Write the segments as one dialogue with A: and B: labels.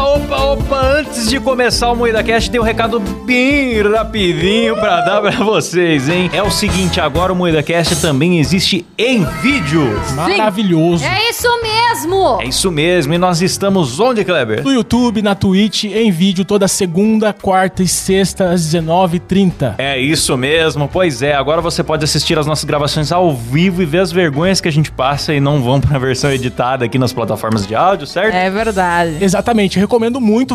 A: Opa, antes de começar o Moeda Cast, tem um recado bem rapidinho pra dar pra vocês, hein? É o seguinte, agora o Moeda Cast também existe em vídeo.
B: Maravilhoso.
C: É isso mesmo!
A: É isso mesmo, e nós estamos onde, Kleber?
B: No YouTube, na Twitch, em vídeo, toda segunda, quarta e sexta, às 19h30.
A: É isso mesmo, pois é. Agora você pode assistir as nossas gravações ao vivo e ver as vergonhas que a gente passa e não vão pra versão editada aqui nas plataformas de áudio, certo?
C: É verdade.
B: Exatamente, recomendo muito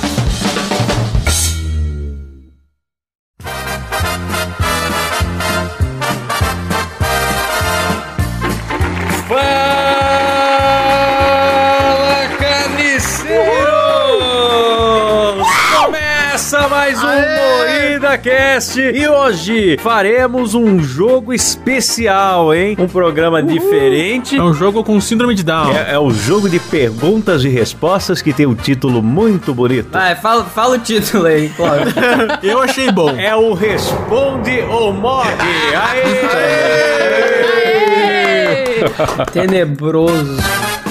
A: Fala, carniceiros! Começa mais um Moída Cast e hoje faremos um jogo especial, hein? Um programa diferente.
D: É um jogo com síndrome de Down.
E: É, é o jogo de perguntas e respostas que tem um título muito bonito.
F: Vai, fala, fala o título aí, Cláudio.
D: Eu achei bom.
E: É o Responde ou Morre. Aê!
F: Tenebroso.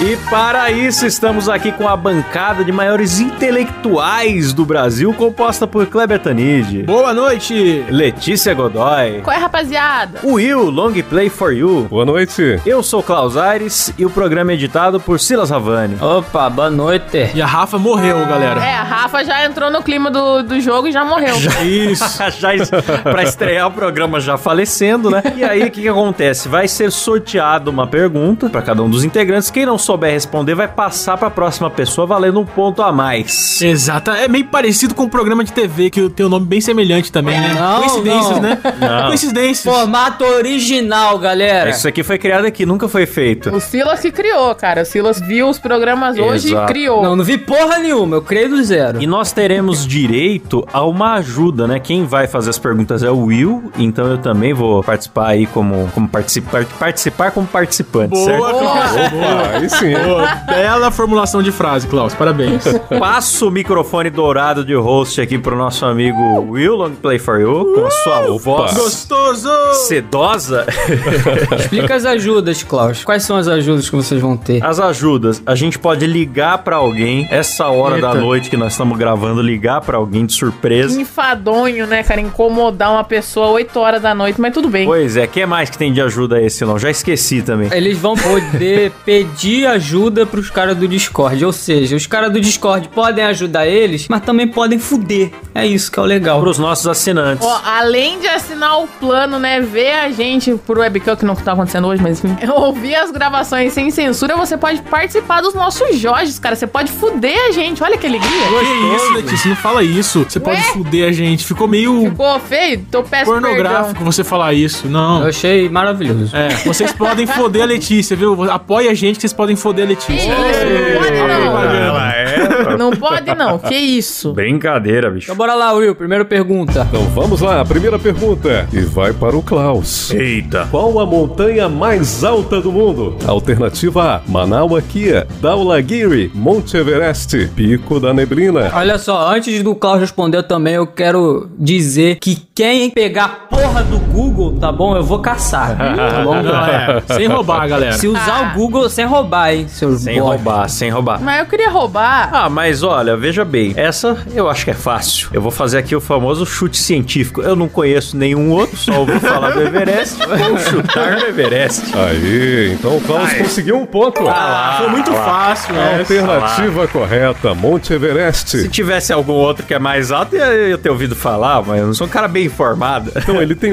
E: E para isso estamos aqui com a bancada de maiores intelectuais do Brasil, composta por Kleber Tanide,
D: Boa noite.
E: Letícia Godoy,
G: Qual é, rapaziada?
E: Will Long Play For You.
H: Boa noite.
E: Eu sou Klaus Aires e o programa é editado por Silas Havani.
F: Opa, boa noite.
D: E a Rafa morreu, galera.
G: É, a Rafa já entrou no clima do, do jogo e já morreu.
D: Isso.
E: já es- pra estrear o programa já falecendo, né? E aí, o que, que acontece? Vai ser sorteado uma pergunta pra cada um dos integrantes. Quem não souber responder vai passar pra próxima pessoa valendo um ponto a mais.
D: Exata. É meio parecido com um programa de TV que tem um nome bem semelhante também, né?
F: Não,
D: Coincidências,
F: não.
D: né?
E: Não.
D: Coincidências.
F: Formato original, galera.
E: É Isso aqui foi criado aqui, nunca foi feito.
G: O Silas que criou, cara. O Silas viu os programas hoje e
E: Exato.
G: criou.
F: Não, não vi porra nenhuma, eu creio do zero.
E: E nós teremos direito a uma ajuda, né? Quem vai fazer as perguntas é o Will, então eu também vou participar aí como, como participar, participar como participante,
D: Boa,
E: certo?
D: Klaus. Boa.
H: Ah, aí sim. hein?
D: Boa. Bela formulação de frase, Klaus. Parabéns.
E: Passo o microfone dourado de host aqui pro nosso amigo Will Long Play For You, com a sua voz
D: Gostoso.
E: sedosa.
F: Explica as ajudas, Klaus. Quais são as ajudas que vocês vão ter?
E: As ajudas, a gente pode ligar pra alguém essa hora da
D: Eita.
E: noite que nós estamos gravando, ligar pra alguém de
G: Que
E: surpresa.
G: enfadonho, né, cara? Incomodar uma pessoa 8 horas da noite, mas tudo bem.
E: Pois é, que mais que tem de ajuda aí, Silão? Já esqueci também.
F: Eles vão poder pedir ajuda pros caras do Discord. Ou seja, os caras do Discord podem ajudar eles, mas também podem fuder. É isso que é o legal.
E: Pros nossos assinantes.
G: Ó, além de assinar o plano, né, ver a gente por webcam, que não tá acontecendo hoje, mas enfim, ouvir as gravações sem censura, você pode participar dos nossos Jorges, cara. Você pode fuder a gente. Olha que alegria.
D: Que isso, Letícia? Não fala isso. Você pode fuder a gente. Ficou meio
G: Ficou feio? Então peço
D: pornográfico
G: perdão.
D: você falar isso.
F: Eu
D: Não.
F: achei maravilhoso.
D: É, vocês podem foder a Letícia, viu? Apoia a gente que vocês podem foder a Letícia.
G: Isso, não pode não.
E: Ela é.
G: Não pode não. Que isso.
E: Brincadeira, bicho.
F: Então bora lá, Will. Primeira pergunta.
H: Então vamos lá, a primeira pergunta. E vai para o Klaus.
E: Eita.
H: Qual a montanha mais alta do mundo? Alternativa A: Manaua Kia, Daulagiri, Monte Everest, Pico da Neblina.
F: Olha só, antes do Klaus responder também, eu quero dizer que quem pegar a porra do Google, tá bom? Eu vou caçar. Tá bom?
D: Não, é. Sem roubar, galera.
F: Se usar o Google sem roubar, hein, seus
E: Sem
F: bosta.
E: roubar, sem roubar.
G: Mas eu queria roubar.
E: Ah, mas olha, veja bem, essa eu acho que é fácil. Eu vou fazer aqui o famoso chute científico. Eu não conheço nenhum outro, só ouvi falar do Everest. Vou chutar no Everest.
H: Aí, então o Klaus conseguiu um ponto.
E: Ah,
D: Foi muito fácil, né?
H: Alternativa correta, Monte
E: Se
H: Everest.
E: tivesse algum outro que é mais alto, eu ia ter ouvido falar, mas eu não sou um cara bem informado.
H: Então, ele tem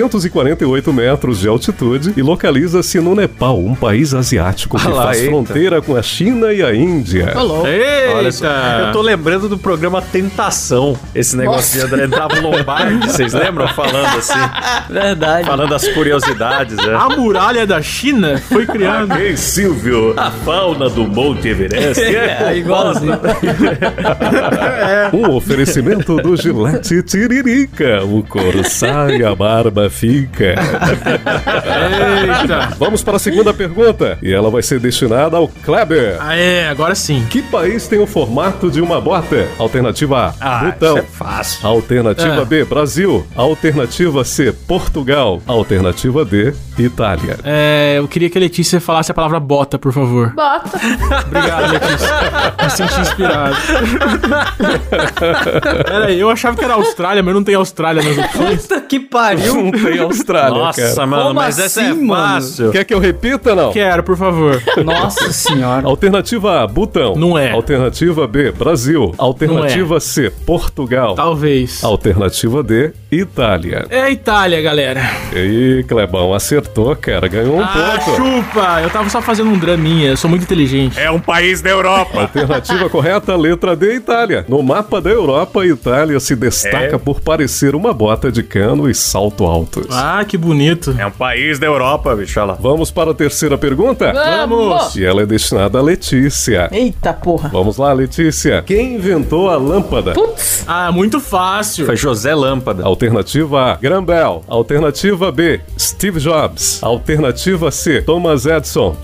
H: 8.848 metros de altitude e localiza-se no Nepal, um país asiático que
E: Ah lá,
H: faz
E: eita.
H: fronteira com a China e a Índia.
D: Ei,
E: Olha só. Eu tô lembrando do programa Tentação. Esse negócio de André entrava o Lombardi, vocês lembram? Falando assim,
F: Verdade.
E: falando as curiosidades, né?
D: A muralha da China foi criada.
H: Ei, Silvio, a fauna do Monte Everest
F: É, igualzinho.
H: Um oferecimento do Gillette Tiririca, o couro sai, a barba fica. Tá,
D: Eita.
H: Vamos para a segunda pergunta, e ela vai ser destinada ao Kleber.
D: Ah, é, agora sim.
H: Que país tem o formato de uma bota? Alternativa A,
D: Então.
H: Butão.
E: Ah, é fácil.
H: Alternativa
D: é- Ah.
H: B, Brasil. Alternativa C, Portugal. Alternativa D, Itália.
D: É, eu queria que a Letícia falasse a palavra bota, por favor.
G: Bota.
D: Obrigado, Letícia. Me senti inspirado. Peraí, eu achava que era Austrália, mas não tem Austrália nas opções.
F: Puta que pariu.
H: Não tem Austrália,
E: Nossa,
H: cara.
E: mano,
F: Como
E: mas essa
F: assim,
E: é
F: mano?
E: fácil.
H: Quer que eu repita, não?
D: Quero, por favor.
F: Nossa senhora.
H: Alternativa A, Butão.
D: Não é.
H: Alternativa B, Brasil. Alternativa C, Portugal.
D: Talvez.
H: Alternativa D, Itália.
D: É a Itália, galera.
H: E aí, Clebão, acertou, cara. Ganhou um
D: Ah,
H: ponto.
D: chupa! Eu tava só fazendo um draminha, eu sou muito inteligente.
H: É um país da Europa. Alternativa correta, letra D, Itália. No mapa da Europa, a Itália se
D: É.
H: destaca por parecer uma bota de cano e salto altos.
D: Ah, que bonito.
E: É um país da Europa, bicho, olha lá.
H: Vamos para a terceira pergunta?
G: Vamos.
H: E ela é destinada a Letícia.
G: Eita porra.
H: Vamos lá, Letícia. Quem inventou a lâmpada?
D: Ah, muito fácil.
E: Foi José Lâmpada.
H: Alternativa A, Graham Bell. Alternativa B, Steve Jobs. Alternativa C, Thomas Edison.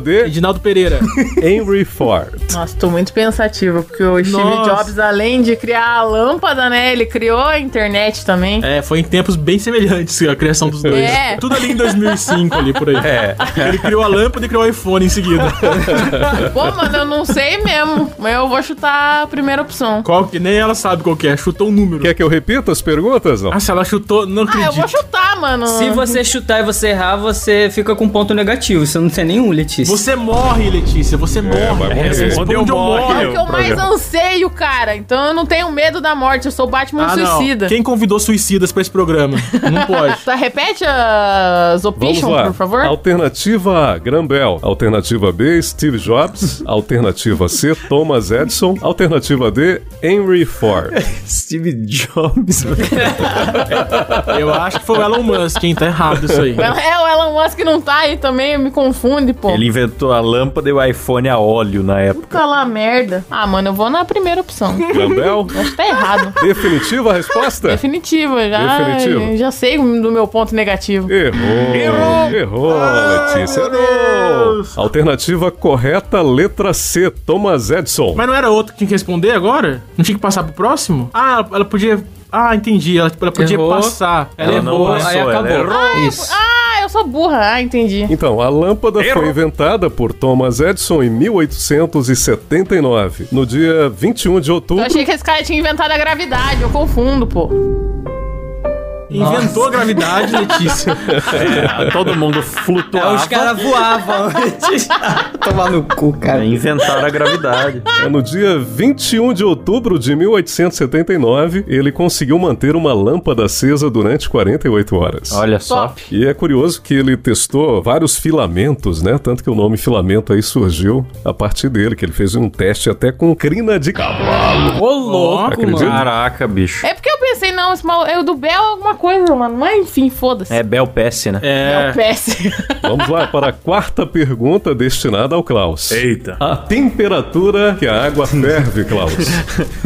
H: D,
D: Edinaldo Pereira.
H: Henry Ford.
G: Nossa, tô muito pensativa, porque o Steve
D: Nossa.
G: Jobs, além de criar a lâmpada, né? Ele criou a internet também.
D: É, foi em tempos bem semelhantes a criação dos dois.
G: É.
D: Tudo ali em 2005, ali por aí. É. Ele criou a lâmpada e criou o iPhone em seguida.
G: Pô, mano, eu não sei mesmo. Mas eu vou chutar a primeira opção.
D: Qual que nem ela sabe qual que é, chutou um número.
H: Quer que eu repita as perguntas? Não?
D: Nossa, ela chutou, não
G: Ah, eu
D: acredito.
G: vou chutar, mano.
F: Se você chutar e você errar, você fica com ponto negativo. Você não tem nenhum, Letícia.
D: Você morre, Letícia, você morre.
H: vai morrer.
D: Responde eu
G: É
D: morro.
G: o que eu mais anseio, cara. Então eu não tenho medo da morte. Eu sou Batman
D: Ah, não.
G: suicida.
D: Quem convidou suicidas pra esse programa? Não pode.
G: Tá, repete as
H: Vamos
G: options,
H: lá.
G: por favor.
H: Alternativa A, Graham Bell. Alternativa B, Steve Jobs. Alternativa C, Thomas Edison. Alternativa D, Henry Ford.
E: Steve Jobs.
D: Eu acho que foi o Elon Musk, hein? Tá errado isso aí.
G: É, o Elon Musk não tá aí também, me confunde, pô.
E: Ele inventou a lâmpada e o iPhone a óleo na época.
G: Puta lá merda. Ah, mano, eu vou na primeira opção.
H: Graham Bell.
G: Acho que tá errado.
H: Definitiva a resposta?
G: Definitiva, já,
H: Definitivo.
G: já sei do meu ponto negativo.
H: Errou! Errou! Letícia! Errou! Alternativa correta, letra C, Thomas Edison.
D: Mas não era outro que tinha que responder agora? Não tinha que passar pro próximo? Ah, ela- ela podia. Ah, entendi. Ela, tipo, ela podia
F: Errou.
D: passar. Ela,
E: Ela não
D: errou.
E: passou,
D: aí
E: ela
D: acabou.
E: errou.
F: Isso.
G: Ah, eu sou burra. Ah, entendi.
H: Então, a lâmpada foi inventada por Thomas Edison em 1879, no dia 21 de
G: Eu
H: outubro.
G: achei que esse cara tinha inventado a gravidade, eu confundo, pô.
D: Inventou a gravidade, Letícia.
E: É, todo mundo
F: É,
E: flutuava.
F: os caras voavam antes. Tomar no cu, cara.
E: É, Inventaram a gravidade.
H: É, No dia 21 de outubro de 1879, ele conseguiu manter uma lâmpada acesa durante 48 horas.
E: Olha só.
G: Top.
H: E é curioso que ele testou vários filamentos, né? Tanto que o nome filamento aí surgiu a partir dele, que ele fez um teste até com crina de cavalo.
F: Ô, louco,
H: Acredito.
F: mano.
E: Caraca, bicho.
G: É porque eu pensei, não, esse mal... eu do Bel é alguma coisa, mano. Mas enfim, foda-se.
E: É Bel Pesce, né?
D: É.
G: o PS.
H: Vamos lá para a quarta pergunta destinada ao Klaus.
E: Eita.
H: A temperatura que a água ferve, Klaus.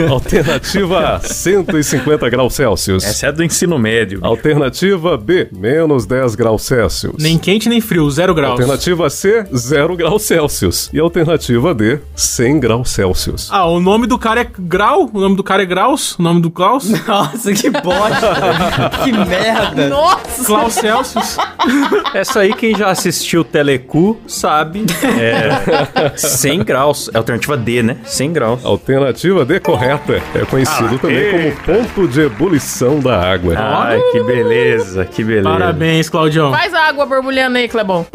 H: Alternativa A, 150 graus Celsius.
E: Essa é do ensino médio. bicho.
H: Alternativa B, menos 10 graus Celsius.
D: Nem quente nem frio, zero graus.
H: Alternativa C, 0 graus Celsius. E alternativa D, 100 graus Celsius.
D: Ah, o nome do cara é Grau? O nome do cara é Graus? O nome do Klaus?
F: Nossa, que bosta. que merda.
G: Nossa!
D: Klaus Celsius.
E: Essa aí, quem já assistiu Telecu sabe. É. 100 graus. É a alternativa D, né? 100 graus.
H: Alternativa D correta. É conhecido também como ponto de ebulição da água.
D: Ah.
E: Ai, que beleza, que beleza.
D: Parabéns, Claudião.
G: Faz a água borbulhando aí, Clebão.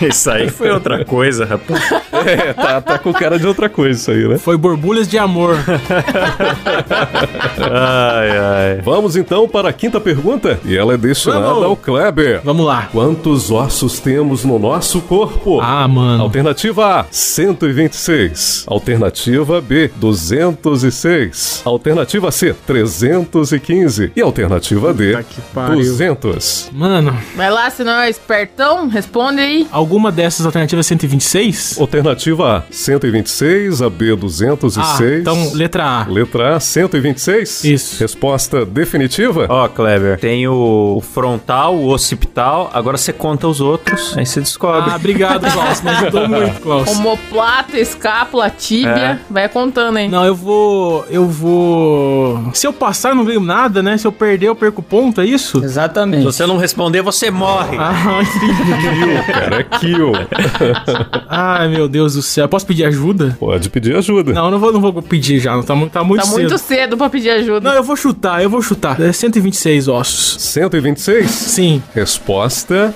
E: Isso aí foi outra coisa, rapaz.
H: É, tá, tá com cara de outra coisa isso aí, né?
B: Foi borbulhas de amor.
E: Ai, ai.
H: Vamos então para a quinta pergunta. E ela é destinada
D: Vamos.
H: ao Kleber.
D: Vamos lá.
H: Quantos ossos temos no nosso corpo?
D: Ah, mano.
H: Alternativa A, 126. Alternativa B, 206. Alternativa C, 315. E alternativa D,
D: Puta que pariu.
H: 200.
D: Mano,
G: Vai lá, se não é espertão, responde aí.
D: alguma dessas alternativas é 126?
H: Alternativa A, 126. A B, 206.
D: Ah, então, letra A.
H: Letra A, 126.
D: Isso.
H: Resposta definitiva?
E: Ó, Kleber, tem o o frontal, o occipital, agora você conta os outros, aí você descobre.
D: Ah, obrigado, Klaus. Me ajudou muito, Klaus.
G: Homoplata, escápula, tíbia. Vai contando, hein?
D: Não, eu vou. Eu vou. Se eu passar, eu não ganho nada, né? Se eu perder, eu perco ponto, é isso?
E: Se
F: Exatamente.
E: você não responder, você morre.
D: Ah, entendi.
H: Kill, cara, é kill.
D: Ai, meu Deus do céu. Posso pedir ajuda?
H: Pode pedir ajuda.
D: Não, eu não vou, não vou pedir já. Não, tá, mu- tá muito
G: tá
D: cedo.
G: muito cedo pra pedir ajuda.
D: Não, é eu vou chutar, eu vou chutar. É 126 ossos.
H: 126?
D: Sim.
H: Resposta.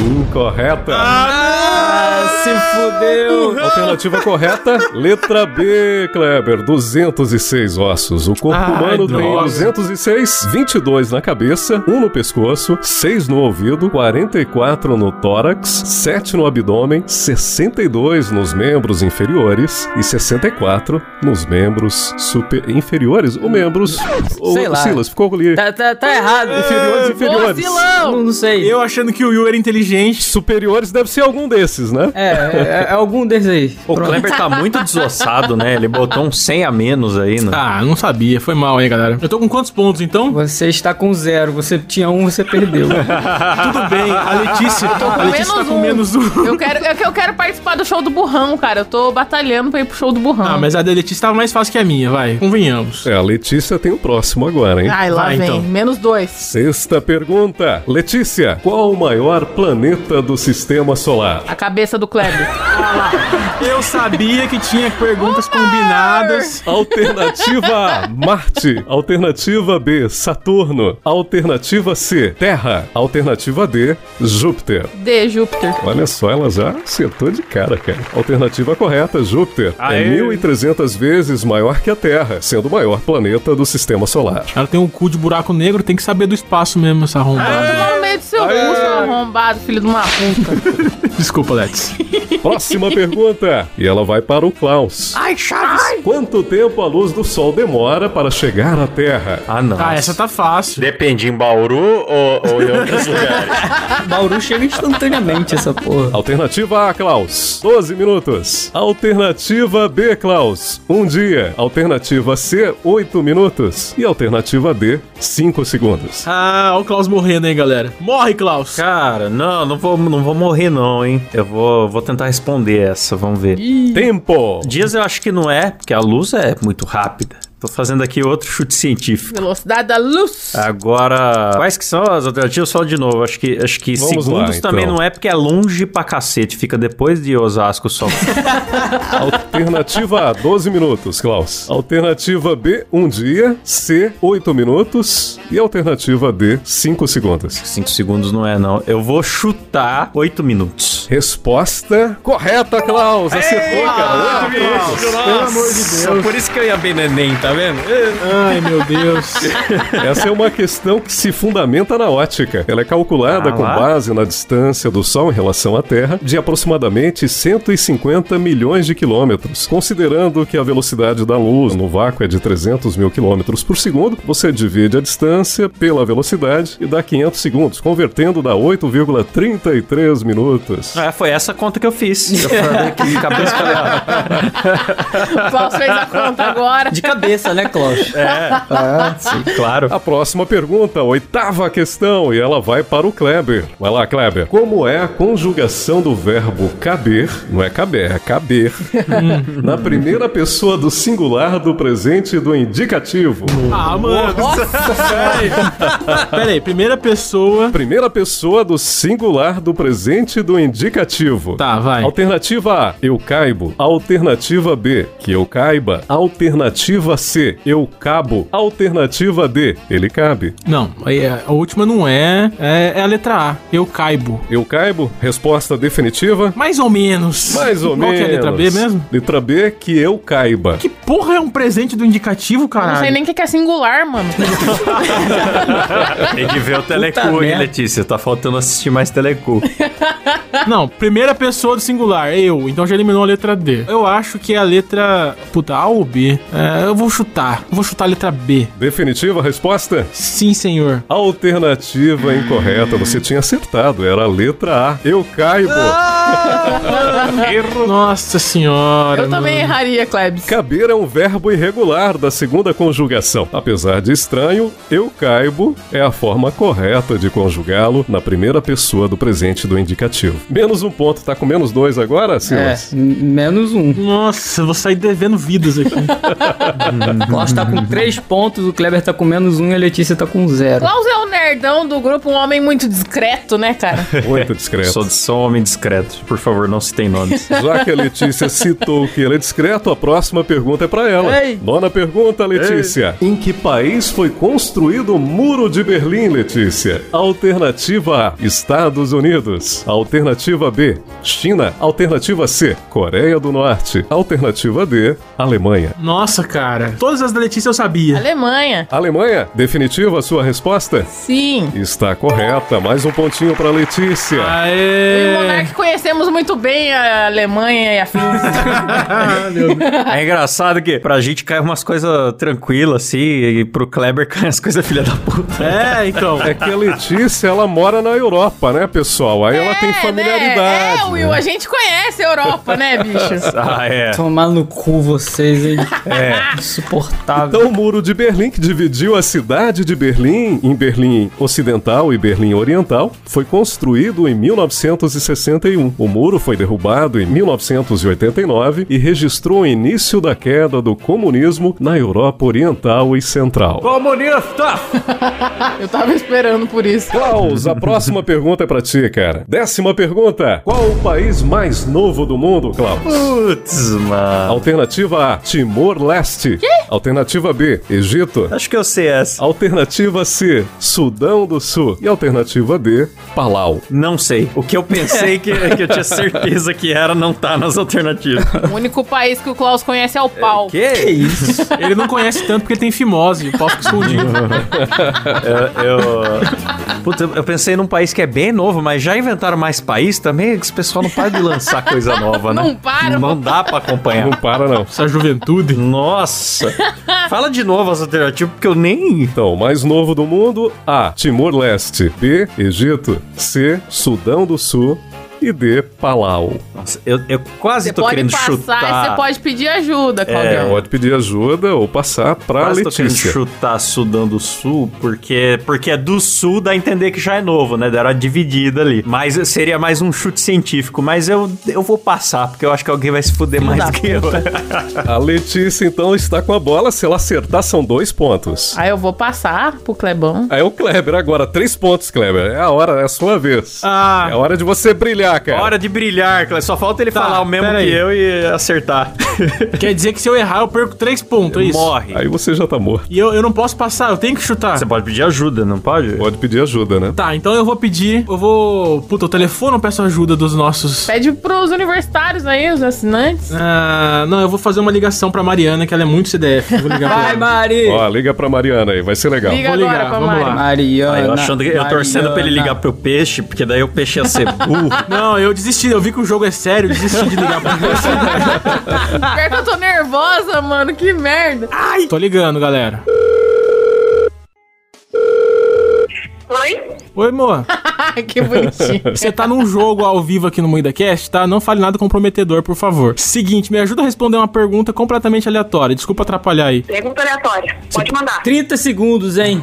H: Incorreta.
F: Ah, se fudeu.
H: Alternativa correta, letra B, Kleber. 206 ossos. O corpo
D: Ai,
H: humano tem
D: droga.
H: 206, 22 na cabeça, 1 no pescoço, 6 no ouvido, 44 no tórax, 7 no abdômen, 62 nos membros inferiores e 64 nos membros super inferiores. Ou membros. Ou,
F: Sei lá.
H: Silas, ficou ali.
F: Tá, tá, tá errado.
H: Inferiores,
E: É.
H: inferiores.
F: Não, não sei.
D: Eu achando que o Will era inteligente.
H: Superiores deve ser algum desses, né?
F: É, é, é algum desses aí.
E: O Kleber tá muito desossado, né? Ele botou um 100 a menos aí, né?
D: Ah, não sabia. Foi mal, hein, galera. Eu tô com quantos pontos, então?
F: Você está com zero. Você tinha um, você perdeu.
D: Tudo bem. A Letícia, a Letícia tá
G: menos
D: com
G: um.
D: menos um.
G: Eu quero, é eu, eu quero participar do show do burrão, cara. Eu tô batalhando pra ir pro show do burrão.
D: Ah, mas a da Letícia tava mais fácil que a minha, vai. Convenhamos.
H: É, a Letícia tem o próximo agora, hein?
G: Ai, lá
D: Vai,
G: vem.
D: então.
G: Menos dois.
H: Sexta pergunta. Letícia, qual o maior planeta do sistema solar?
G: A cabeça do Kleber.
D: Eu sabia que tinha perguntas combinadas.
H: Alternativa A, Marte. Alternativa B, Saturno. Alternativa C, Terra. Alternativa D, Júpiter.
G: D, Júpiter.
H: Olha só, ela já acertou de cara, cara. Alternativa correta, Júpiter. É 1.300 vezes maior que a Terra, sendo o maior planeta do sistema solar.
D: Ela tem um cu de buraco negro, tem que saber do espaço mesmo, essa arrombada.
G: Tá no meio do seu cu, seu arrombado, filho de uma puta.
D: Desculpa, Letícia.
H: Próxima pergunta. E ela vai para o Klaus. Ai, Chaves! Quanto tempo a luz do Sol demora para chegar à Terra?
E: Ah, não.
D: Ah, essa tá fácil.
I: Depende em Bauru ou, ou em outros lugares.
F: Bauru chega instantaneamente essa porra.
H: Alternativa A, Klaus, 12 minutos. Alternativa B, Klaus, 1 dia. Alternativa C, 8 minutos. E alternativa D, 5 segundos.
D: Ah, olha o Klaus morrendo, hein, galera. Morre, Klaus.
E: Cara, não, não vou, não vou morrer não, hein? Eu vou, vou tentar responder essa, vamos ver.
H: Tempo!
E: Dias eu acho que não é, porque a luz é muito rápida. Tô fazendo aqui outro chute científico.
G: Velocidade da luz.
E: Agora, quais que são as alternativas? Só de novo, acho que, acho que
H: Vamos lá,
E: segundos
H: então.
E: também não é, porque é longe pra cacete. Fica depois de Osasco só.
H: Alternativa A, 12 minutos, Klaus. Alternativa B, 1 dia. C, 8 minutos. E alternativa D, 5 segundos.
E: 5 segundos não é, não. Eu vou chutar 8 minutos.
H: Resposta correta, Klaus. Acertou, cara. Um Oito minutos.
E: Pelo amor de Deus. Por isso que eu ia bem neném, tá vendo?
D: Ai, meu Deus.
H: Essa é uma questão que se fundamenta na ótica. Ela é calculada
E: Ah,
H: com
E: lá.
H: base na distância do Sol em relação à Terra de aproximadamente 150 milhões de quilômetros. Considerando que a velocidade da luz no vácuo é de 300 mil quilômetros por segundo, você divide a distância pela velocidade e dá 500 segundos, convertendo dá 8,33 minutos.
E: É, foi essa conta que eu fiz. Eu falei aqui de cabeça falei, ah,
G: O Klaus fez a conta agora.
F: De cabeça, né, Klaus?
E: É. claro.
H: A próxima pergunta, a oitava questão, e ela vai para o Kleber. Vai lá, Kleber. Como é a conjugação do verbo caber? Não é caber, é caber. na primeira pessoa do singular do presente e do indicativo.
D: Ah, mano. Peraí. Peraí, primeira pessoa.
H: Primeira pessoa do singular do presente e do indicativo.
D: Tá, vai.
H: Alternativa A, eu caibo. Alternativa B, que eu caiba. Alternativa C. Eu cabo. Alternativa D. Ele cabe.
D: Não, aí é- a última não é, é. é a letra A. Eu caibo.
H: Eu caibo? Resposta definitiva?
D: Mais ou menos.
H: Mais ou
D: Qual
H: menos.
D: que é a letra B mesmo?
H: Letra B, que eu caiba.
D: Que porra é um presente do indicativo,
G: Eu
D: caralho?
G: não sei nem o que que é singular, mano.
D: Tá
E: Tem que ver o Telecu, hein,
F: merda.
E: Letícia? Tá faltando assistir mais Telecu.
D: Não, primeira pessoa do singular, eu. Então já eliminou a letra D. Eu acho que é a letra. Puta, A ou B? É, eu vou chutar. Vou chutar a letra B.
H: Definitiva resposta?
D: Sim, senhor.
H: Alternativa incorreta. Você tinha acertado. Era a letra A. Eu caibo.
D: Ah, Nossa senhora.
G: Eu também
D: mano.
G: erraria, Klebs.
H: Caber é um verbo irregular da segunda conjugação. Apesar de estranho, eu caibo é a forma correta de conjugá-lo na primeira pessoa do presente do indicativo. Menos um ponto, tá com menos dois agora,
F: É,
H: Silas?
F: m- menos um.
D: Nossa, eu vou sair devendo vidas aqui.
F: Klaus tá com três pontos, o Kleber tá com menos um e a Letícia tá com zero.
G: Klaus é o nerdão do grupo, um homem muito discreto, né, cara?
H: Muito discreto.
E: Sou, sou um homem discreto. Por favor, não citem nomes.
H: Já que a Letícia citou que ele é discreto, a próxima pergunta é pra ela.
F: Ei.
H: Nona pergunta, Letícia. Em que país foi construído o Muro de Berlim, Letícia? Alternativa A, Estados Unidos. Alternativa B, China. Alternativa C, Coreia do Norte. Alternativa D, Alemanha.
D: Nossa, cara. Todas as da Letícia eu sabia.
G: Alemanha.
H: Alemanha, definitiva a sua resposta?
G: Sim.
H: Está correta. Mais um pontinho pra Letícia.
G: Eu e o
D: Aê!
G: Monark conhecemos muito bem a Alemanha e a França.
D: Ah,
E: É engraçado que pra gente cai umas coisas tranquilas, assim, e pro Kleber cai as coisas filha da puta.
D: É, então.
H: É que a Letícia, ela mora na Europa, né, pessoal? Aí ela tem
G: Né?
H: familiaridade.
G: É, Will,
H: né?
G: a gente conhece a Europa, né, bicho?
E: Ah, é.
F: Tomar no cu vocês, hein? É. Insuportável.
H: Então, o Muro de Berlim, que dividiu a cidade de Berlim em Berlim Ocidental e Berlim Oriental, foi construído em 1961. O muro foi derrubado em 1989 e registrou o início da queda do comunismo na Europa Oriental e Central.
E: Comunista!
G: Eu tava esperando por isso.
H: Klaus, a próxima pergunta é pra ti, cara. Décima pergunta. Qual o país mais novo do mundo, Klaus?
E: Uh. Putz, mano.
H: Alternativa A, Timor-Leste. Alternativa B, Egito.
E: Acho que eu sei essa.
H: Alternativa C, Sudão do Sul. E alternativa D, Palau.
E: Não sei. O que eu pensei que, que eu tinha certeza que era não tá nas alternativas.
G: O único país que o Klaus conhece é o pau.
F: Que isso?
D: Ele não conhece tanto porque ele tem fimose. O pau fica escondido.
E: Eu, eu... Puta, eu pensei num país que é bem novo, mas já inventaram mais país também? Que Esse pessoal não para de lançar coisa nova, né?
G: Não param.
E: Não dá pra
H: Não
E: acompanhar.
H: para, não.
D: Essa juventude.
E: Nossa! Fala de novo as alternativas, porque eu nem.
H: Então, o mais novo do mundo: A. Timor-Leste. B. Egito. C. Sudão do Sul. E D. Palau.
E: Nossa, eu, eu quase
G: Você
E: tô
G: pode
E: querendo
G: passar
E: chutar.
G: e você pode pedir ajuda,
H: É,
G: Claudio.
H: pode pedir ajuda ou passar pra
E: Quase tô querendo
H: Letícia.
E: chutar Sudão do Sul, porque, porque é do Sul, dá a entender que já é novo, né? Deram a dividida ali. Mas seria mais um chute científico, mas eu, eu vou passar, porque eu acho que alguém vai se fuder mais que eu.
H: A Letícia, então, está com a bola. Se ela acertar, são dois pontos.
G: Aí eu vou passar pro Clebão.
H: Aí o Kleber agora, três pontos, Kleber. É a hora, é a sua vez.
D: Ah.
H: É a hora de você brilhar, cara.
E: Hora de brilhar, Clé. Só falta ele
D: Tá,
E: falar o mesmo que
D: pera aí.
E: eu e acertar.
D: Quer dizer que se eu errar, eu perco três pontos, é isso?
E: Morre.
H: Aí você já tá morto.
D: E eu, eu não posso passar, eu tenho que chutar.
E: Você pode pedir ajuda, não pode?
H: Pode pedir ajuda, né?
D: Tá, então eu vou pedir. Eu vou. Puta, eu telefono ou peço ajuda dos nossos.
G: Pede pros universitários aí, os assinantes.
D: Ah, não, eu vou fazer uma ligação pra Mariana, que ela é muito CDF. Eu Vou ligar pra
F: Vai,
D: ela.
F: Mari!
H: Ó, liga pra Mariana aí, vai ser legal.
G: Liga
D: vou
G: agora
D: ligar,
G: pra
D: vamos
G: Mari.
D: lá.
F: Mariana.
E: Aí eu achando que eu torcendo pra ele ligar pro peixe, porque daí o peixe ia ser burro.
D: Não, eu desisti, eu vi que o jogo é sério, eu desisti de ligar pra você.
G: Pior que eu tô nervosa, mano. Que merda.
D: Tô ligando, galera.
J: Oi?
D: Oi, amor.
G: Ah, que bonitinho.
D: Você tá num jogo ao vivo aqui no MoidaCast, tá? Não fale nada comprometedor, por favor. Seguinte, me ajuda a responder uma pergunta completamente aleatória. Desculpa atrapalhar aí.
J: Pergunta aleatória. Pode mandar.
F: 30 segundos, hein?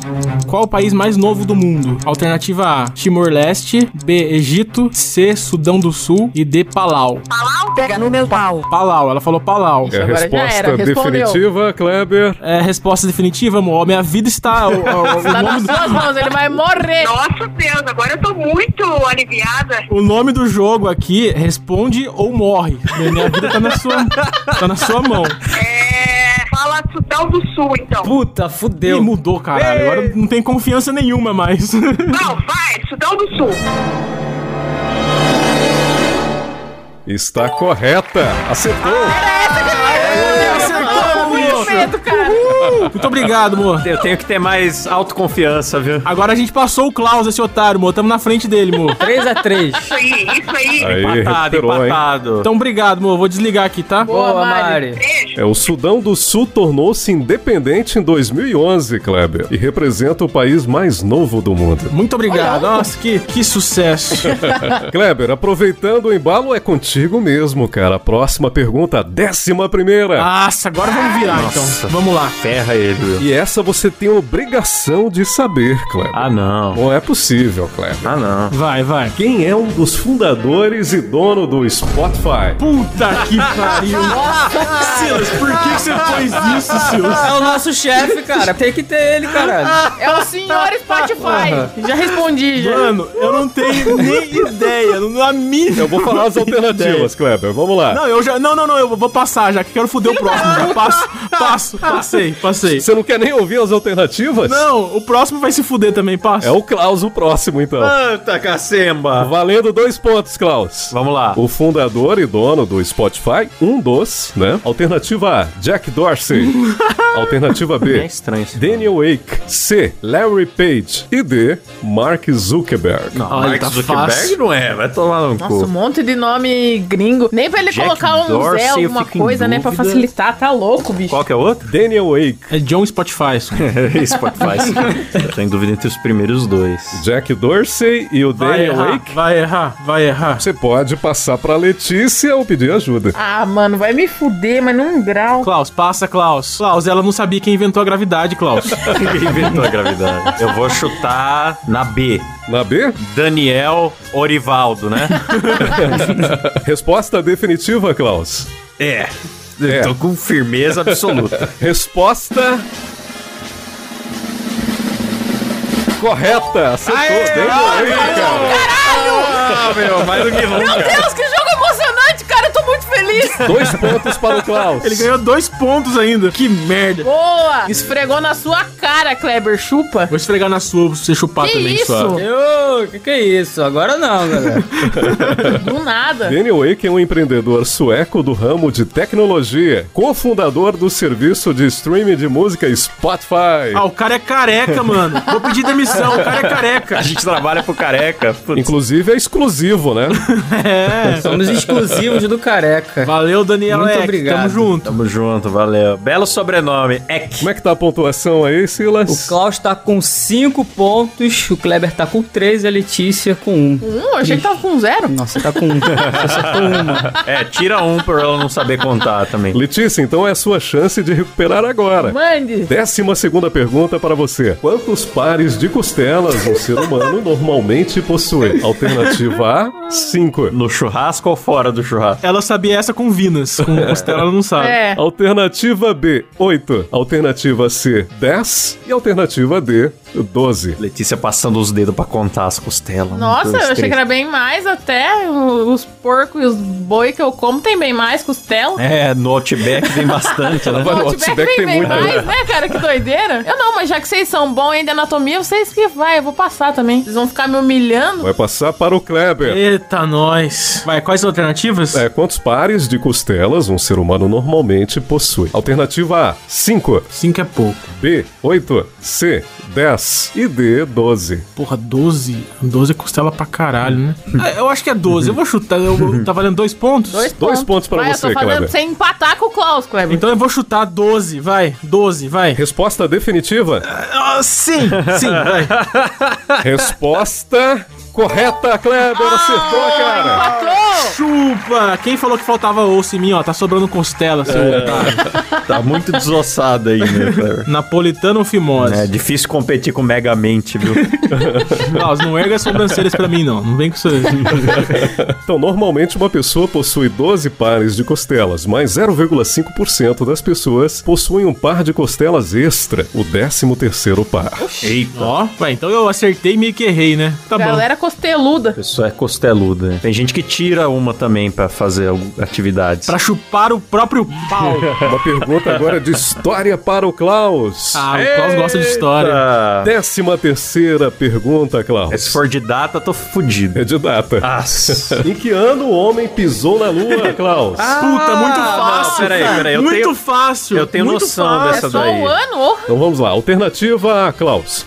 D: Qual o país mais novo do mundo? Alternativa A: Timor-Leste, B: Egito, C: Sudão do Sul e D: Palau.
J: Palau? Pega no meu pau.
D: Palau, ela falou Palau.
H: É a
G: Agora já
H: resposta
G: era, respondeu.
H: definitiva, Kleber.
D: É, resposta definitiva, amor. Minha vida está. O, o- o nome
G: Tá nas
D: do,
G: suas mãos, ele vai morrer.
J: Nossa Deus, agora eu tô muito aliviada.
D: o nome do jogo aqui Né? responde ou morre. Minha vida tá na sua, tá na sua mão.
J: É. Palau. falar Sudão do Sul, então.
F: Puta, fudeu.
D: Ih, mudou, caralho. Agora não tem confiança nenhuma mais.
J: Não, vai, Sudão do Sul.
H: Está correta. Acertou.
D: Muito obrigado, amor.
E: Eu tenho que ter mais autoconfiança, viu?
D: Agora a gente passou o Klaus, esse otário, amor. Tamo na frente dele, amor.
F: 3x3.
J: Isso aí, isso aí.
H: Aí,
E: Empatado,
H: recuperou, hein?
E: empatado.
D: Então, obrigado, amor. Vou desligar aqui, tá?
F: Boa, Mari.
H: É, o Sudão do Sul tornou-se independente em 2011, Kleber, e representa o país mais novo do mundo.
D: Muito obrigado. Nossa, que, que sucesso.
H: Kleber, aproveitando o embalo, é contigo mesmo, cara. A próxima pergunta, a décima primeira.
D: Nossa, agora vamos virar, então. Vamos lá.
E: Ferra ele, viu?
H: E essa você tem obrigação de saber, Kleber.
E: Ah, não.
H: Não é possível, Kleber.
E: Ah, não.
D: Vai, vai.
H: Quem é um dos fundadores e dono do Spotify?
D: Puta que pariu. Silas, por que que você fez isso, Silas?
E: Ah.
F: É o nosso chefe, cara. Tem que ter ele, caralho.
G: É o senhor Spotify. Já respondi, já.
D: Mano, eu não tenho nem ideia. Não a mínima.
H: Eu vou falar as alternativas, Kleber. Vamos lá.
D: Não, eu já. Não, não, não. Eu vou passar já, que quero foder o próximo. já. Passo, passo. Passei, passei.
H: Você não quer nem ouvir as alternativas?
D: Não, o próximo vai se fuder também, passo.
H: É o Klaus o próximo, então.
E: Anta cacemba.
H: Valendo dois pontos, Klaus.
E: Ah. Vamos lá.
H: O fundador e dono do Spotify, um dos, né? Alternativa A, Jack Dorsey. Alternativa
E: É
H: B,
E: estranho esse
H: Daniel Wake. C, Larry Page. E D, Mark Zuckerberg.
E: Não,
D: Olha,
E: Mark
D: tá
E: Zuckerberg
D: fácil.
E: não é, vai tomar no
G: Nossa, um
E: cu.
G: monte de nome gringo. Nem pra ele
E: Jack
G: colocar um
E: Dorsey,
G: Zé,
E: eu
G: alguma
E: fico em
G: coisa, né? Pra
E: dúvida.
G: facilitar. Tá louco, bicho.
E: Qual que é o outro?
H: Daniel Wake,
D: É John Spotify. só.
E: É Spotify. Eu tô em dúvida entre os primeiros dois.
H: Jack Dorsey e o
D: Vai
H: Daniel
D: errar,
H: Wake.
D: vai errar, vai errar.
H: Você pode passar pra Letícia ou pedir ajuda.
G: Ah, mano, vai me fuder, mas num grau.
D: Klaus, passa, Klaus. Klaus, ela não sabia quem inventou a gravidade, Klaus.
E: Quem inventou a gravidade? Eu vou chutar na B.
H: Na B?
E: Daniel Orivaldo, né?
H: Resposta definitiva, Klaus.
E: É.
H: É.
E: Tô com firmeza absoluta.
H: Resposta. Correta! Acertou! Daniel Wake, cara.
E: ah, meu, mais do que
G: Meu Deus, que jogo emocionante, cara. Eu tô muito feliz.
H: Dois pontos para o Klaus.
D: Ele ganhou dois pontos ainda. Que merda.
G: Boa! Esfregou na sua cara, Kleber. Chupa.
D: Vou esfregar na sua pra você chupar
G: Que
D: também,
G: isso?
D: sua.
F: Ô, que que é isso? Agora não, galera.
G: Do nada.
H: Daniel Wake é um empreendedor sueco do ramo de tecnologia, cofundador do serviço de streaming de música Spotify.
D: Ah, o cara é careca, mano. Vou pedir demissão, o cara é careca.
E: A gente trabalha pro careca. Putz.
H: Inclusive é exclusivo, né?
F: Somos exclusivos do Careca.
D: Valeu, Daniel
F: Muito
D: Eck.
F: obrigado.
D: Tamo junto.
E: Tamo junto, valeu. Belo sobrenome, Ek.
H: Como é que tá a pontuação aí,
F: O
H: Silas?
F: Klaus tá com 5 pontos, o Kleber tá com 3 e a Letícia com 1. Um.
G: Hum, eu achei que tava com zero.
F: Nossa, tá com 1. Um. Você só com uma.
E: É, tira um pra ela não saber contar também.
H: Letícia, então é a sua chance de recuperar agora.
G: Mande.
H: Décima segunda pergunta para você. Quantos pares de costelas um ser humano normalmente possui? Alternativa A, 5.
E: No churrasco ou fora do churrasco?
D: Ela sabia essa com Vinas. Com Costela ela não sabe.
G: É.
H: Alternativa B, 8. Alternativa C, 10. E alternativa D, 12.
E: Letícia passando os dedos pra contar as costelas. Um,
G: Nossa,
E: dois,
G: eu achei
E: três.
G: que era bem mais até. O- Os porcos e os boi que eu como tem bem mais, costela.
E: É, no Outback tem bastante, né?
H: Vai no Outback, tem muita.
G: mais, né, cara? Que doideira. Eu não, mas já que vocês são bons ainda em anatomia, vocês que vai, eu vou passar também. Vocês vão ficar me humilhando.
H: Vai passar para o Kleber.
D: Eita, nós. Vai, quais as alternativas?
H: É, quantos pares de costelas um ser humano normalmente possui? Alternativa A, 5.
D: Cinco é pouco.
H: B, 8. C, 10. E D, 12.
D: Porra, 12. 12 é costela pra caralho, né? Ah, eu acho que é 12. Eu vou chutar. Eu, tá valendo dois pontos?
G: Dois,
H: Dois pontos pra
G: vai,
H: você,
G: eu tô fazendo pra
H: Kleber.
G: você empatar com o Klaus, Kleber.
D: Então eu vou chutar 12, vai. 12, vai.
H: Resposta definitiva?
D: Ah, sim, sim, vai.
H: Resposta correta, Kleber. Acertou, cara.
D: Tá
G: Empatou!
D: Chupa! Quem falou que faltava osso em mim, ó? Tá sobrando costela, seu
E: É.
D: otário.
E: Tá muito desossado aí, né, Cleber?
D: Napolitano ou
E: É
D: fimose?
E: difícil competir com Megamente, viu?
G: É.
D: Klaus, não erga as sobrancelhas pra mim, não. Não vem com isso.
H: Então, normalmente uma pessoa possui 12 pares de costelas, mas 0,5% das pessoas possuem um par de costelas extra, o 13º par.
D: Ó, ué, então eu acertei e meio que errei, né? Tá bom.
G: Galera costeluda.
E: Pessoa é costeluda. Tem gente que tira uma também pra fazer algu- atividades.
D: Pra chupar o próprio pau.
H: Uma pergunta agora de história para o Klaus.
D: Ah, o Klaus gosta de história.
E: Eita!
H: Décima terceira pergunta, Klaus.
E: Se for de data, tô fudido.
H: É de data.
E: Nossa.
H: Em que ano o homem pisou na lua, Klaus?
D: Puta, muito
E: Ah,
D: fácil.
E: não, peraí,
D: cara.
E: peraí, eu
D: muito
E: tenho-
D: fácil.
E: eu tenho
D: muito
E: noção
D: fácil.
E: dessa
G: é só
E: daí.
G: um ano? Oh,
H: Então vamos lá. Alternativa A, Klaus,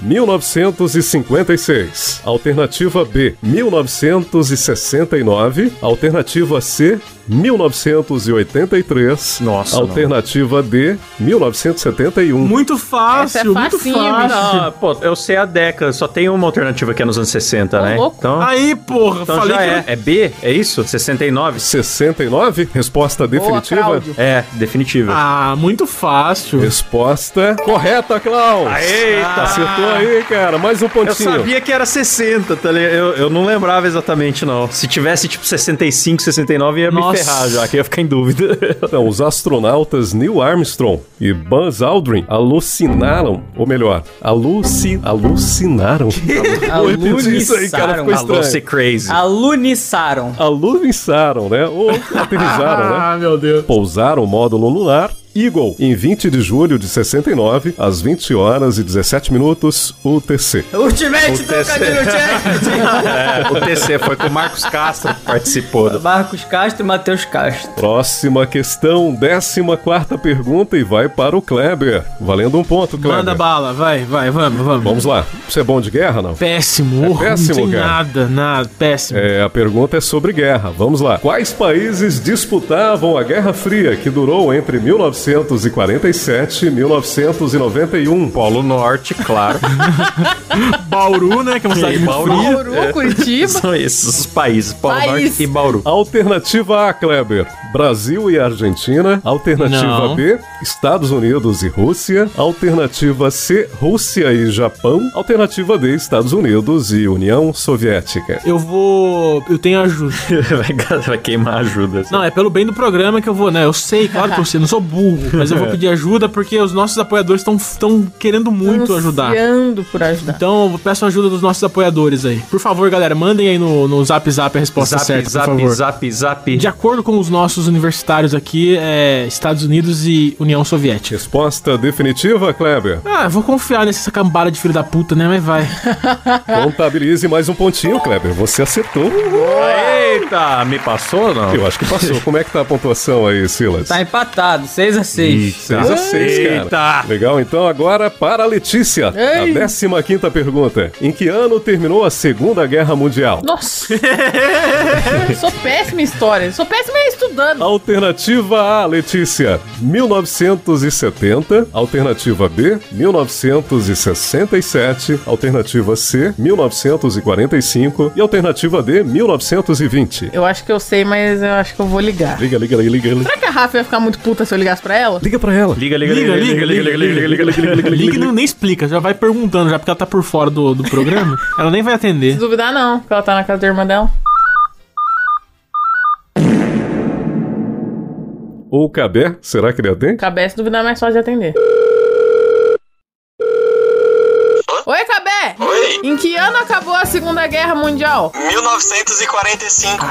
H: 1956. Alternativa B, 1969. Alternativa C, 1983.
E: Nossa, não.
H: Alternativa D, 1971.
D: Muito fácil,
G: Essa é
D: muito
G: facinho,
D: fácil.
E: Ah, pô, eu sei a década, só tem uma alternativa que é nos anos 60, né?
G: louco.
E: Então,
D: Aí, porra,
E: então
D: falei
E: já
D: que
E: é. É B? É isso? 69?
H: 69? Resposta definitiva?
G: Cláudio.
E: É, definitiva.
D: Ah, muito fácil.
H: Resposta correta, Klaus!
E: Eita!
H: Acertou aí, cara. Mais um pontinho.
E: tá. Eu sabia que era 60, tá ligado? Eu, eu não lembrava exatamente, não. Se tivesse, tipo, 65, 69, ia me
D: Nossa.
E: ferrar já, que eu ia ficar em dúvida.
H: Então, os astronautas Neil Armstrong e Buzz Aldrin alucinaram, ou melhor, aluci, alucinaram. Vou repetir isso aí, cara, ficou
F: Aluniçaram.
H: estranho.
E: Alô, ser crazy.
F: Aluniçaram.
H: Aluniçaram, né? Ou aterrizaram, né?
D: Ah, meu Deus.
H: Pousaram o módulo lunar Eagle em 20 de julho de 69, às 20 horas e 17 minutos, UTC.
F: Ultimate
E: trocadilho É, o TC foi com o Marcos Castro que participou. do-
F: Marcos Castro e Matheus Castro.
H: Próxima questão, 14 pergunta e vai para o Kleber. Valendo um ponto, Kleber.
D: Manda bala, vai, vai, vamos, vamos.
H: Vamos lá. Você é bom de guerra, não?
D: Péssimo,
H: É
D: oh,
H: péssimo,
D: não tem
H: cara.
D: nada, nada, péssimo.
H: É, a pergunta é sobre guerra. Vamos lá. Quais países disputavam a Guerra Fria que durou entre 1947 e 1991?
E: Polo Norte, claro.
D: Bauru, né, que é uma cidade muito
E: Bauru.
D: fria.
G: Bauru, Curitiba.
E: São esses os países. Polo
G: País.
E: Norte e Bauru.
H: Alternativa A, Kleber. Brasil e Argentina. Alternativa
D: Não.
H: B, Estados Unidos e Rússia. Alternativa C, Rússia e Japão. Alternativa D, Estados Unidos e União Soviética.
D: Eu vou... Eu tenho ajuda.
E: vai, vai queimar ajuda.
D: Não, é pelo bem do programa que eu vou, né? Eu sei, claro que eu sei, não sou burro, mas
H: É.
D: eu vou pedir ajuda porque os nossos apoiadores estão querendo muito ajudar.
G: Ansiando por ajudar.
D: Então, eu peço ajuda dos nossos apoiadores aí. Por favor, galera, mandem aí no, no Zap Zap a resposta
E: zap,
D: certa,
E: zap,
D: por favor.
E: zap, zap,
D: De acordo com os nossos universitários aqui, é Estados Unidos e União Soviética.
H: Resposta definitiva, Kleber.
D: Ah, eu vou confiar nessa cambada de filho da puta, né? Mas vai.
H: Contabilize mais um pontinho, Kleber. Você acertou.
E: Eita, me passou não?
H: Eu acho que passou. Como é que tá a pontuação aí, Silas?
F: Tá empatado, 6 a 6
H: 6 a 6, cara.
E: Eita!
H: Legal, então agora para a Letícia. A 15 pergunta. Em que ano terminou a Segunda Guerra Mundial?
G: Nossa. sou péssima em história. Sou péssima estudando.
H: Alternativa A, Letícia, 1970. Alternativa B, 1967. Alternativa C, 1945. E alternativa D, 1920.
G: Eu acho que eu sei, mas eu acho que eu vou ligar.
H: Liga, liga, liga, liga. Liga,
G: Será que a Rafa ia ficar muito puta se eu ligasse pra ela?
H: liga pra ela.
E: Liga, liga, liga, liga, liga, liga, liga, liga, liga, liga, liga,
D: Liga e não nem explica, já vai perguntando, já porque ela tá por fora do, do programa. ela nem vai atender.
G: Se duvidar, não, porque ela tá na casa da irmã dela.
H: Ou o Cabé, será que ele atende?
G: Cabé, se duvidar, é mais fácil de atender. Oi, Cabé!
I: Oi?
G: Em que ano acabou a Segunda Guerra Mundial?
I: 1945.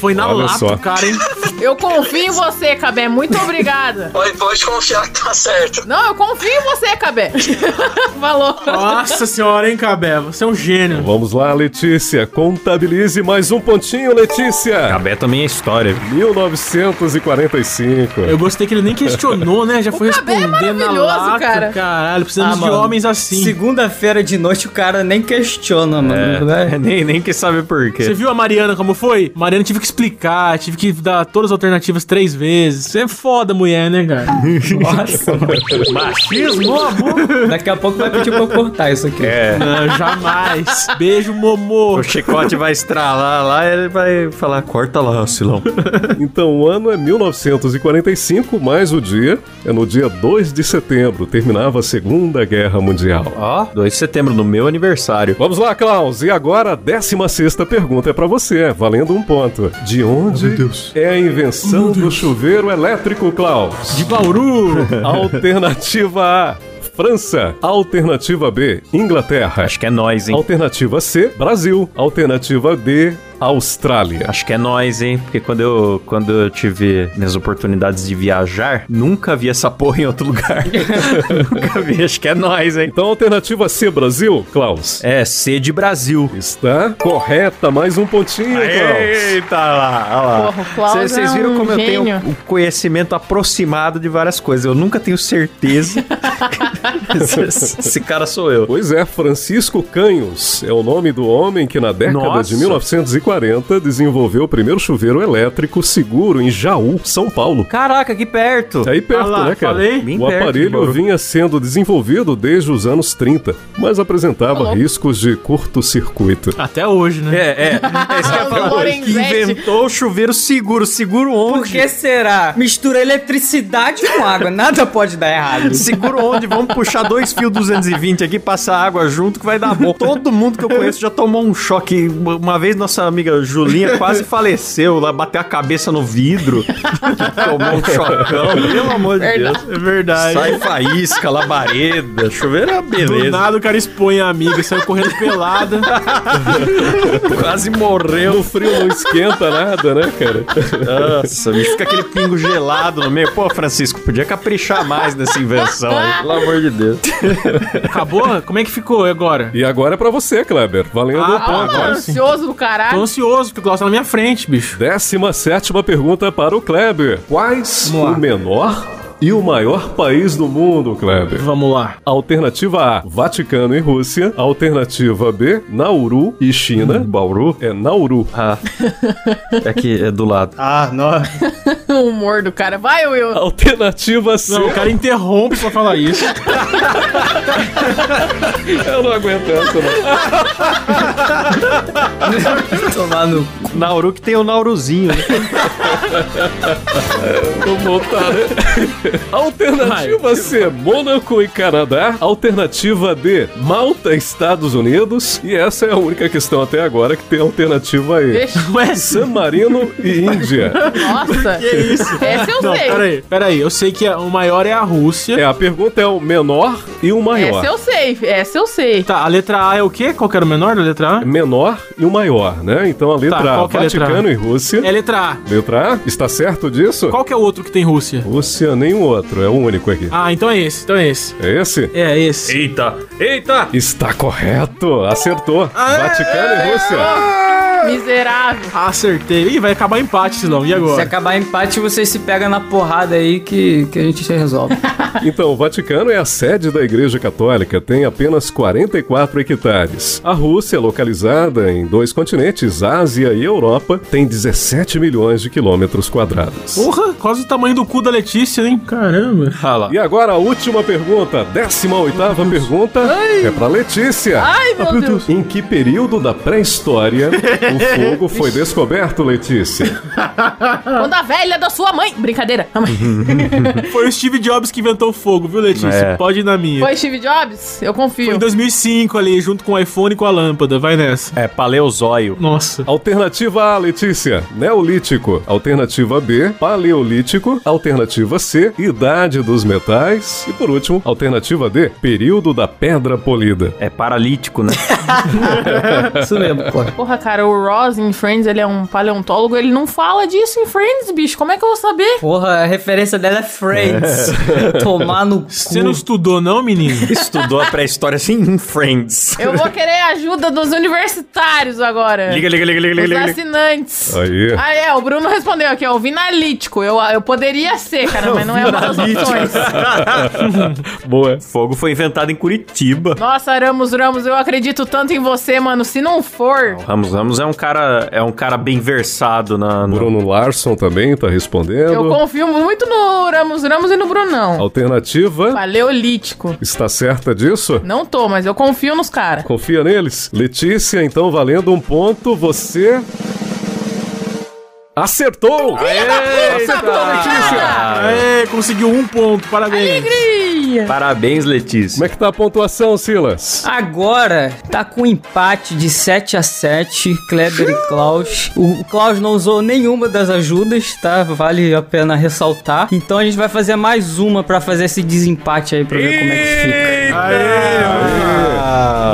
D: Foi na
H: Olha
D: lata,
H: só.
D: cara, hein?
G: Eu confio em você, Cabé. Muito obrigada.
I: Oi, pode confiar que tá certo.
G: Não, eu confio em você, Cabé. Falou.
D: Nossa senhora, hein, Cabé? Você é um gênio.
H: Vamos lá, Letícia, contabilize mais um pontinho, Letícia.
E: Cabé também é história.
H: 1945.
D: Eu gostei que ele nem questionou, né? Já foi
G: Cabé é
D: respondendo na
G: maravilhoso,
D: lata,
G: cara.
D: Caralho, precisamos
F: Ah,
D: de
F: mano.
D: homens assim.
F: Segunda-feira de noite o cara nem questiona, mano.
H: É.
F: né?
E: Nem, nem quer saber por
D: Você
E: quê.
D: viu a Mariana como foi? Mariana tive que explicar, tive que dar todas as alternativas três vezes. Você é foda, mulher, né, cara?
F: Nossa, mano.
E: Machismo?
F: Daqui a pouco vai pedir pra eu cortar isso aqui.
E: É.
D: Não, jamais. Beijo, Momô.
E: O chicote vai estralar lá e ele vai falar, corta lá, Silão.
H: Então o ano é 1945, mais o dia é no dia 2 de setembro, terminava a Segunda Guerra Mundial.
E: Ó, 2 de setembro, no meu aniversário.
H: Vamos lá, Klaus, e agora a 16 pergunta é pra você, valendo um ponto. De onde é a invenção do chuveiro elétrico, Klaus?
D: De Bauru.
H: Alternativa A. França. Alternativa B, Inglaterra.
A: Acho que é nós, hein?
H: Alternativa C, Brasil. Alternativa D, Austrália.
E: Acho que é nós, hein? Porque quando eu, quando eu tive minhas oportunidades de viajar, nunca vi essa porra em outro lugar. nunca vi. Acho que é nós, hein?
H: Então, alternativa C, Brasil, Klaus.
E: É C de Brasil.
H: Está correta, mais um pontinho, Klaus.
E: Eita lá, olha lá.
G: Porra, o Klaus
E: Cê- Vocês
G: é
E: viram
G: um
E: como eu
G: gênio.
E: tenho o conhecimento aproximado de várias coisas. Eu nunca tenho certeza. esse, esse cara sou eu.
H: Pois é, Francisco Canhos é o nome do homem que na década
E: Nossa.
H: de 1940 desenvolveu o primeiro chuveiro elétrico seguro em Jaú, São Paulo.
E: Caraca, aqui perto.
H: Tá aí perto,
D: Ah lá,
H: né, cara?
D: falei?
E: Bem
H: o
E: perto,
H: aparelho
E: Bauru.
H: vinha sendo desenvolvido desde os anos 30, mas apresentava riscos de curto-circuito.
D: Até hoje, né?
E: É, é.
G: Ah,
E: É isso que eu ia falar. Que
G: Lorenzetti.
E: inventou o chuveiro seguro. Seguro
F: Por
E: onde?
F: que será? Mistura eletricidade com água, nada pode dar errado.
E: Seguro onde? Vamos puxar dois fios 220 aqui, passar água junto que vai dar bom. Todo mundo que eu conheço já tomou um choque. Uma uma vez nossa amiga Julinha quase faleceu, lá bateu a cabeça no vidro, tomou um chocão. Pelo amor de Deus.
D: É verdade.
E: Sai faísca, labareda, chuveiro é uma
D: Do
E: beleza.
D: nada o cara expõe a amiga, saiu correndo pelada.
E: Quase morreu.
H: No frio não esquenta nada, né, cara?
E: Nossa, bicho, fica aquele pingo gelado no meio. Pô, Francisco, podia caprichar mais nessa invenção aí, pelo amor de Deus.
D: Acabou? Como é que ficou agora?
H: E agora é pra você, Kleber. Valendo o
G: Ah,
H: ponto.
G: tô ansioso do
D: Tô
G: caralho.
D: ansioso porque o Klaus tá na minha frente, bicho.
H: 17 pergunta para o Kleber. Quais o menor e o maior país do mundo, Kleber?
D: Vamos lá.
H: Alternativa A, Vaticano e Rússia. Alternativa B, Nauru e China. Bauru? É Nauru.
E: É que é do lado.
K: Ah, não.
G: O humor do cara. Vai, Will.
H: Alternativa C.
D: Não, o cara interrompe pra falar isso.
H: Eu não aguento essa, não.
F: Tomar no
E: Nauru que tem o Nauruzinho, né?
H: Vou voltar, né? Alternativa C, Mônaco e Canadá. Alternativa D, Malta e Estados Unidos. E essa é a única questão até agora que tem alternativa E.
G: Deixa-
D: Ué,
H: San Marino e Índia.
G: Nossa. que isso? Essa eu
D: não,
G: sei.
D: peraí, peraí. Eu sei que a- o maior é a Rússia.
H: É, a pergunta é o menor e o maior.
G: Essa eu sei. Essa eu sei.
D: Tá, a letra A é o quê? Qual que era o menor da
E: É
D: letra A?
H: Menor e o maior, né? Então a letra
D: Tá,
H: A,
D: qual que é a letra
H: Vaticano
D: A?
H: e Rússia.
D: É a letra A.
H: Letra A, está certo disso?
D: Qual que é o outro que tem Rússia?
H: Rússia, nenhum outro, é o único aqui.
D: Ah, então é esse, então é esse.
H: É esse?
D: É esse.
E: Eita,
D: Ah.
E: eita!
H: Está correto, acertou. Vaticano e
D: Ah.
H: Rússia.
G: Miserável.
D: Acertei. Ih, vai acabar empate, Silão. E
F: Se
D: agora?
F: acabar empate, vocês se pegam na porrada aí que, que a gente se resolve.
H: Então, o Vaticano é a sede da Igreja Católica, tem apenas 44 hectares. A Rússia, localizada em dois continentes, Ásia e Europa, tem 17 milhões de quilômetros quadrados.
D: Porra, quase o tamanho do cu da Letícia, hein? Caramba.
H: E agora a última pergunta, 18 pergunta, é pra Letícia.
G: Ai, meu Deus.
H: Em que período da pré-história o fogo foi descoberto, Letícia?
G: Quando a velha da sua mãe. Brincadeira. A mãe.
D: Foi o Steve Jobs que inventou o fogo, viu, Letícia?
E: É.
D: Pode ir na minha.
G: Foi Steve Jobs? Eu
D: Foi
G: confio.
D: em 2005 ali, junto com o iPhone e com a lâmpada. Vai nessa.
E: É paleozóio.
D: Nossa.
H: Alternativa A, Letícia, Neolítico. Alternativa B, Paleolítico. Alternativa C, Idade dos Metais. E por último, alternativa D, Período da Pedra Polida.
E: É paralítico, né?
F: Isso mesmo, pô.
G: Porra, cara, o Ross em Friends, ele é um paleontólogo, ele não fala disso em Friends, bicho. Como é que eu vou saber?
F: Porra, a referência dela é Friends. Tomar no cu.
D: Você não estudou, não, menino?
E: Estudou a pré-história assim em Friends.
G: Eu vou querer a ajuda dos universitários agora.
E: Liga, liga, liga, liga,
G: Os
E: liga, liga.
G: assinantes.
H: Aí.
G: Ah, é, o Bruno respondeu aqui, ó, o vinalítico. Eu, eu poderia ser, cara, mas não é uma das opções.
H: Boa.
E: Fogo foi inventado em Curitiba.
G: Nossa, Ramos Ramos, eu acredito tanto em você, mano. Se não for,
E: Ramos Ramos é um cara, é um cara bem versado na. na-
H: Bruno Larson também tá respondendo.
G: eu confio muito no Ramos Ramos e no Brunão.
H: Alternativa
G: Paleolítico.
H: está certa disso?
G: Não tô, mas eu confio nos caras.
H: Confia neles. Letícia, então valendo um ponto, você. Acertou! Acertou, Letícia!
D: Aê, conseguiu um ponto, parabéns.
E: Parabéns, Letícia.
H: Como é que tá a pontuação, Silas?
F: Agora tá com empate de 7 a 7 Kleber e Klaus. O Klaus não usou nenhuma das ajudas, tá? Vale a pena ressaltar. Então a gente vai fazer mais uma pra fazer esse desempate aí pra ver como é que fica.
K: Ah.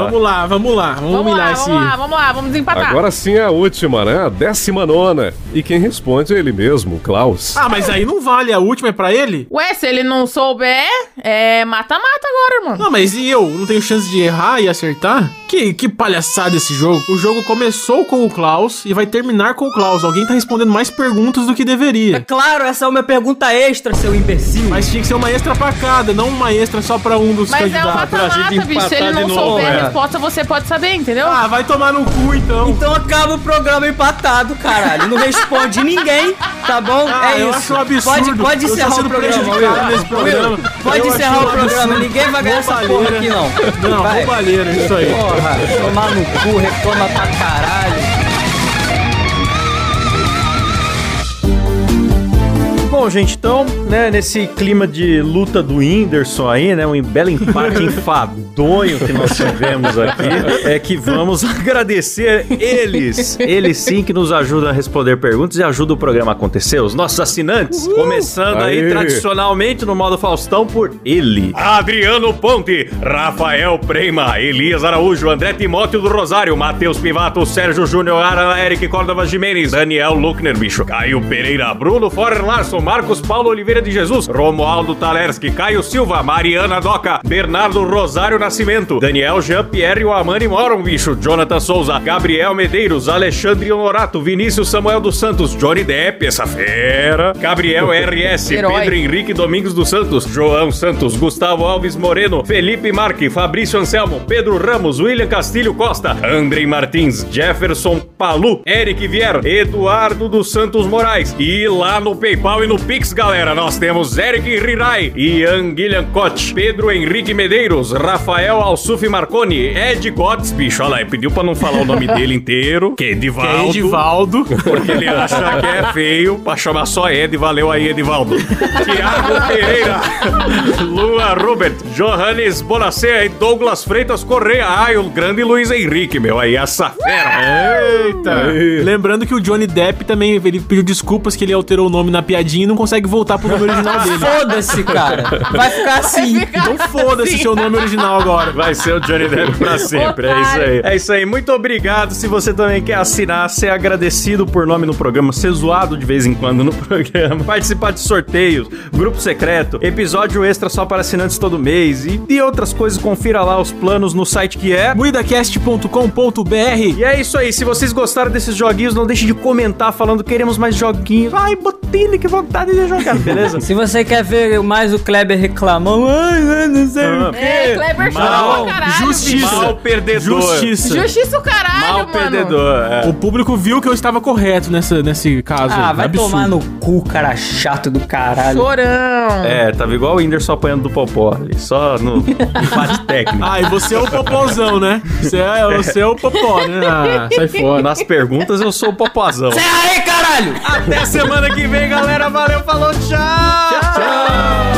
D: Vamos lá, vamos lá. Vamos,
G: Vamos
D: humilhar
G: lá,
D: esse.
G: vamos lá, vamos lá, vamos desempatar.
H: Agora sim é a última, né? A décima nona. E quem responde é ele mesmo, Klaus.
D: Ah, mas aí não vale. A última é pra ele?
G: Ué, se ele não souber, é mata-mata agora, mano.
D: Não, Ah, mas e eu? Não tenho chance de errar e acertar? Que, que palhaçada esse jogo. O jogo começou com o Klaus e vai terminar com o Klaus. Alguém tá respondendo mais perguntas do que
F: É
D: deveria.
F: claro, essa é uma pergunta extra, seu imbecil.
D: Mas tinha que ser uma extra pacada, não uma extra só pra um dos
G: Mas é o
D: candidatos.
G: mata-mata, bicho. Se ele não souber
E: é.
G: a resposta, você pode saber, entendeu?
D: Ah, vai tomar no cu então.
F: Então acaba o programa empatado, caralho. Não responde ninguém, tá bom?
D: Ah,
F: é
D: eu
F: isso.
D: acho um absurdo.
F: Pode, pode
D: Eu tô
F: encerrar
D: sendo
F: o programa,
D: prejudicado
F: Will.
D: nesse programa.
F: Will, pode
D: Eu
F: encerrar
D: acho
F: o
D: um
F: programa.
D: absurdo.
F: Ninguém vai ganhar essa porra
D: Roubalheira.
F: aqui, não.
D: Não,
F: vai.
D: roubalheira, isso aí.
F: Porra, tomar no cu, reclama pra caralho.
E: Bom, gente, então, né, nesse clima de luta do Whindersson aí, né, um belo empate enfadonho que nós tivemos aqui, é que vamos agradecer eles, eles sim que nos ajudam a responder perguntas e ajudam o programa a acontecer, os nossos assinantes, começando aí
H: Aê.
E: tradicionalmente no modo Faustão por ele.
K: Adriano Ponte, Rafael Prema, Elias Araújo, André Timóteo do Rosário, Matheus Pivato, Sérgio Júnior, Ara, Eric Córdova Jimenez, Daniel Luckner, bicho, Caio Pereira, Bruno Forer Larson, Marcos Paulo Oliveira de Jesus, Romualdo Talerski, Caio Silva, Mariana Doca, Bernardo Rosário Nascimento, Daniel Jean-Pierre Amani Moron, bicho, Jonathan Souza, Gabriel Medeiros, Alexandre Honorato, Vinícius Samuel dos Santos, Johnny Depp, essa fera, Gabriel RS,
G: Herói.
K: Pedro Henrique Domingos dos Santos, João Santos, Gustavo Alves Moreno, Felipe Marque, Fabrício Anselmo, Pedro Ramos, William Castilho Costa, Andrei Martins, Jefferson Palu, Eric Vier, Eduardo dos Santos Moraes. E lá no PayPal e no Pix, galera, nós temos Eric Rirai, Ian Guilherme Koch, Pedro Henrique Medeiros, Rafael Alsuf Marconi, Ed Gotts, bicho, olha lá, ele pediu pra não falar o nome dele inteiro, que é Edivaldo.
D: Edivaldo.
K: Porque ele acha que é feio pra chamar só Ed. Valeu aí, Edivaldo. Tiago Pereira, Lua Rubert, Johannes Bonacea e Douglas Freitas Correia. Ai, o grande Luiz Henrique, meu. Aí essa fera.
D: Eita. Lembrando que o Johnny Depp também ele pediu desculpas que ele alterou o nome na piadinha e não consegue voltar pro nome original dele.
F: Foda-se, cara. Vai ficar assim.
D: Então foda-se seu nome original agora.
K: Vai ser o Johnny Depp pra sempre, é isso aí.
E: É isso aí, muito obrigado. Se você também quer assinar, ser agradecido por nome no programa, ser zoado de vez em quando no programa, participar de sorteios, grupo secreto, episódio extra só para assinantes todo mês e de outras coisas, confira lá os planos no site que é.
D: Muidacast.com.br
E: E é isso aí, se vocês gostaram desses joguinhos, não deixe de comentar falando queremos mais joguinhos. Ai, Botini, que vontade de jogar, beleza?
F: Se você quer ver mais o Kleber reclamando, ai, ai, não sei
D: Ah,
F: o quê.
G: É, Kleber chorou pra caralho,
D: justiça.
G: bicho.
E: Mal perdedor.
D: Justiça.
G: Justiça o caralho,
E: Mal
G: mano.
E: perdedor. é.
D: O público viu que eu estava correto nessa, nesse caso.
F: Ah, vai
D: é Absurdo.
F: tomar no cu, cara chato do caralho.
G: Chorão.
E: É, tava igual o Whindersson apanhando do Popó ali, só no empate técnico.
D: Ah, e você é o popozão, né? Você é, você é o popó, né? Ah, sai fora.
E: Nas perguntas eu sou o Popozão.
F: Sai é aí, caralho!
E: Até semana que vem, galera. Valeu, falou, tchau! Tchau!